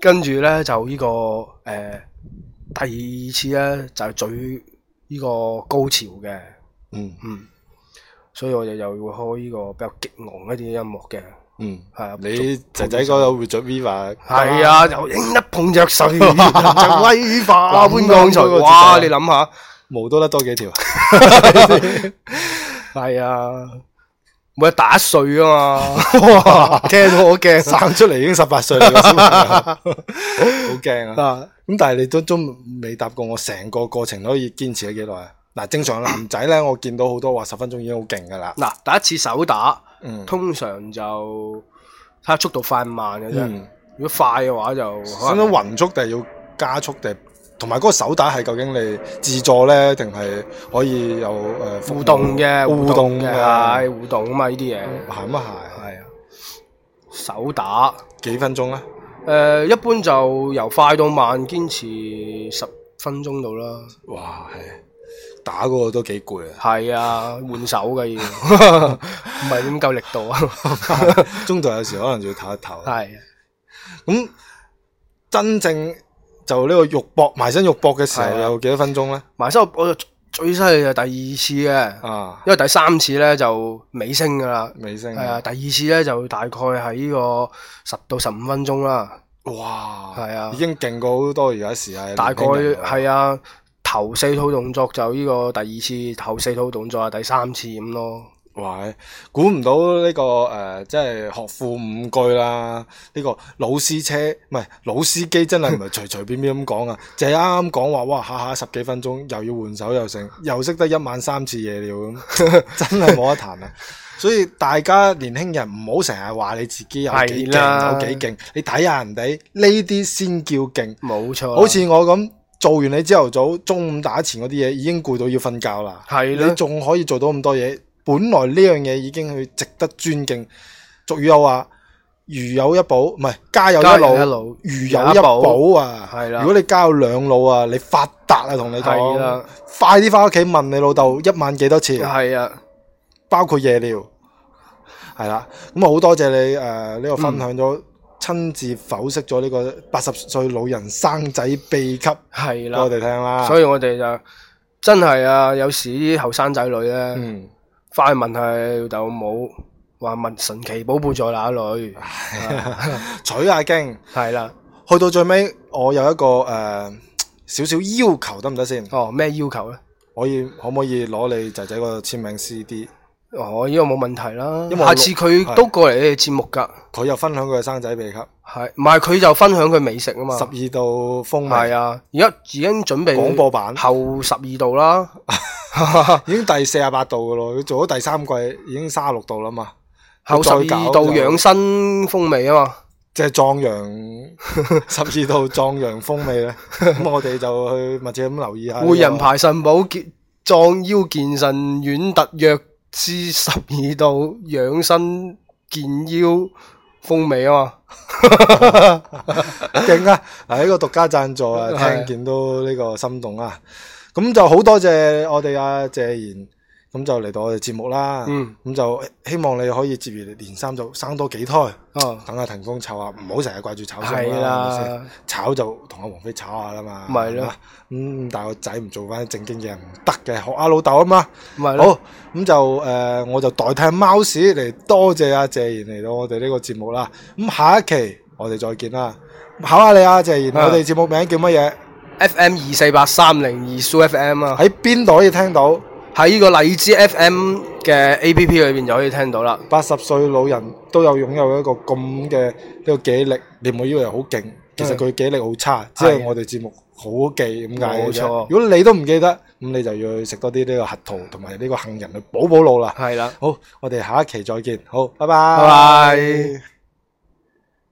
[SPEAKER 3] 跟住咧就呢個誒第二次咧就係最呢個高潮嘅，
[SPEAKER 5] 嗯
[SPEAKER 3] 所以我哋又會開呢個比較激昂一啲音樂嘅，
[SPEAKER 5] 嗯。
[SPEAKER 3] 係啊，
[SPEAKER 5] 你仔仔嗰度會着 Viva，
[SPEAKER 3] 係，啊，又影得碰着水， 就威化
[SPEAKER 5] 咁
[SPEAKER 3] 搬鋼
[SPEAKER 5] 嗰個
[SPEAKER 3] 錘，
[SPEAKER 5] 節
[SPEAKER 3] 哇！
[SPEAKER 5] 奏
[SPEAKER 3] 你諗下，
[SPEAKER 5] 毛都甩多幾條。
[SPEAKER 3] 係啊，每日打 碎啊嘛，聽到我驚。
[SPEAKER 5] 生出嚟已經十八歲啦，個小朋友好 驚啊！
[SPEAKER 3] 啊，
[SPEAKER 5] 咁但係你都都未答過我成個過程可以堅持咗幾耐啊？嗱，正常男仔咧，我見到好多話十分鐘已經好勁噶啦。
[SPEAKER 3] 嗱，第一次手打，
[SPEAKER 5] 嗯
[SPEAKER 3] 通常就睇下速度快慢嘅啫。
[SPEAKER 5] 嗯啊
[SPEAKER 3] 如果快嘅話就
[SPEAKER 5] 咁
[SPEAKER 3] 可
[SPEAKER 5] 樣
[SPEAKER 3] 能
[SPEAKER 5] 匀速定係要加速定係？同埋嗰個手打係究竟你自助咧，定係可以有誒
[SPEAKER 3] 互動嘅，
[SPEAKER 5] 互嗯動
[SPEAKER 3] 嘅
[SPEAKER 5] 嘅
[SPEAKER 3] 係互動啊嘛，呢啲嘢
[SPEAKER 5] 行乜行？
[SPEAKER 3] 係啊，手打。
[SPEAKER 5] 幾分鐘啊咧？
[SPEAKER 3] 誒、一般就由快到慢，堅持十分鐘到啦。
[SPEAKER 5] 哇，係打嗰個都幾攰啊！
[SPEAKER 3] 係啊，換手嘅要，唔係點夠力度啊？
[SPEAKER 5] 中途有時可能要唞一啊唞。
[SPEAKER 3] 係
[SPEAKER 5] 咁真正就呢個肉搏埋身肉搏嘅時
[SPEAKER 3] 係
[SPEAKER 5] 候，
[SPEAKER 3] 啊
[SPEAKER 5] 有幾多分鐘咧？
[SPEAKER 3] 埋收我就最犀利就第二次嘅，
[SPEAKER 5] 啊，
[SPEAKER 3] 因為第三次咧就尾聲㗎啦。
[SPEAKER 5] 尾聲
[SPEAKER 3] 係啊，第二次咧就大概喺呢個十到十五分鐘啦，
[SPEAKER 5] 哇，
[SPEAKER 3] 係啊
[SPEAKER 5] 已經勁過好多而家時係
[SPEAKER 3] 大概
[SPEAKER 5] 係
[SPEAKER 3] 係啊頭四套動作就呢個第二次，頭四套動作係第三次咁咯，
[SPEAKER 5] 哇！估唔到呢、個誒、呃即係學富五句啦。呢、個老司車唔係老司機，真係唔係隨隨便便咁講啊！就係啱啱講話，哇下下十幾分鐘又要換手又剩，又識得一晚三次嘢了咁，真係冇得彈啊！所以大家年輕人唔好成日話你自己有幾
[SPEAKER 3] 係啦
[SPEAKER 5] 勁有幾勁，你睇下人哋呢啲先叫勁。
[SPEAKER 3] 冇錯啦，
[SPEAKER 5] 好似我咁做完你朝頭早、中午打前嗰啲嘢，已經攰到要瞓覺啦。
[SPEAKER 3] 係啦
[SPEAKER 5] 你仲可以做到咁多嘢，本來呢樣嘢已經去值得尊敬。俗語有話：如有一寶，唔係家有一
[SPEAKER 3] 家有
[SPEAKER 5] 老，
[SPEAKER 3] 一老
[SPEAKER 5] 如有一寶啊。
[SPEAKER 3] 係啦
[SPEAKER 5] 如果你家有兩老啊，你發達啊，同你
[SPEAKER 3] 係
[SPEAKER 5] 講
[SPEAKER 3] 啦，
[SPEAKER 5] 快啲翻屋企問你老豆一晚幾多次，
[SPEAKER 3] 係啊，
[SPEAKER 5] 包括夜尿。係啦，咁啊好多謝你誒呢個分享
[SPEAKER 3] 嗯
[SPEAKER 5] 咗。親自剖析咗呢個八十歲老人生仔秘笈，俾
[SPEAKER 3] 係
[SPEAKER 5] 我
[SPEAKER 3] 啦，
[SPEAKER 5] 哋聽啦。
[SPEAKER 3] 所以我哋就真係啊，有時啲後生仔女咧，
[SPEAKER 5] 嗯，
[SPEAKER 3] 翻去問下老豆母，話問神奇寶貝在哪裏，
[SPEAKER 5] 取下經，
[SPEAKER 3] 係啦，
[SPEAKER 5] 去到最尾，我有一個誒、呃少少要求得唔得先？
[SPEAKER 3] 哦咩要求咧？
[SPEAKER 5] 可以可唔可以攞你仔仔個簽名 CD？
[SPEAKER 3] 哦，呢個冇問題啦
[SPEAKER 5] 因為，我
[SPEAKER 3] 下次佢都過嚟你哋節目㗎，
[SPEAKER 5] 佢又分享佢嘅生仔秘笈，
[SPEAKER 3] 係，唔係佢就分享佢美食啊嘛
[SPEAKER 5] 十。二道風
[SPEAKER 3] 係
[SPEAKER 5] 味，
[SPEAKER 3] 啊，而家已經準備
[SPEAKER 5] 廣播版
[SPEAKER 3] 後十二 度啦，
[SPEAKER 5] 已經第四十八度噶咯，佢做咗第三季已經三十六度啦嘛，
[SPEAKER 3] 後十
[SPEAKER 5] 再
[SPEAKER 3] 二
[SPEAKER 5] 搞
[SPEAKER 3] 度
[SPEAKER 5] 就
[SPEAKER 3] 養生風味啊嘛，
[SPEAKER 5] 即係壯 陽十二道壯陽風味咧。咁我哋就去密切咁留意下呢個。
[SPEAKER 3] 匯人排腎寶健壯腰健腎丸特藥之十二度養生健腰風味啊嘛，
[SPEAKER 5] 勁啊！嗱，呢個獨家贊助啊，
[SPEAKER 3] 係
[SPEAKER 5] 聽見都呢個心動啊！咁就好多謝我哋阿謝賢，咁就嚟到我哋節目啦。
[SPEAKER 3] 嗯，
[SPEAKER 5] 咁就希望你可以接二連三就生多幾胎，
[SPEAKER 3] 哦，
[SPEAKER 5] 等阿霆鋒湊下，唔好成日掛住炒餸
[SPEAKER 3] 係
[SPEAKER 5] 啦，係咪
[SPEAKER 3] 啦
[SPEAKER 5] 先，炒就同阿王菲炒下啦嘛。
[SPEAKER 3] 咪
[SPEAKER 5] 係
[SPEAKER 3] 咯
[SPEAKER 5] 嘛，咁但係個仔唔做翻正經嘢唔得嘅，學阿老豆啊嘛。
[SPEAKER 3] 咪咯，
[SPEAKER 5] 好，咁就誒、呃我就代替貓屎嚟多謝阿謝賢嚟到我哋呢個節目啦。咁下一期我哋再見啦。考下你啊，謝賢，
[SPEAKER 3] 啊
[SPEAKER 5] 我哋節目名叫乜嘢？
[SPEAKER 3] ，FM 二四八三零二 Su FM 啊，
[SPEAKER 5] 喺邊度可以聽到
[SPEAKER 3] 喺呢個荔枝 FM 嘅 A P P 裏邊就可以聽到啦，
[SPEAKER 5] 八十歲老人都有擁有一個咁嘅呢個記憶力？你唔好以為好勁，其實佢記憶力好差，只係我哋節目好記咁解嘅啫
[SPEAKER 3] 冇錯
[SPEAKER 5] 如果你都唔記得，咁你就要去食多啲呢個核桃同埋呢個杏仁去補補腦啦。
[SPEAKER 3] 係啦，
[SPEAKER 5] 好，我哋下一期再見。好，拜
[SPEAKER 3] 拜拜。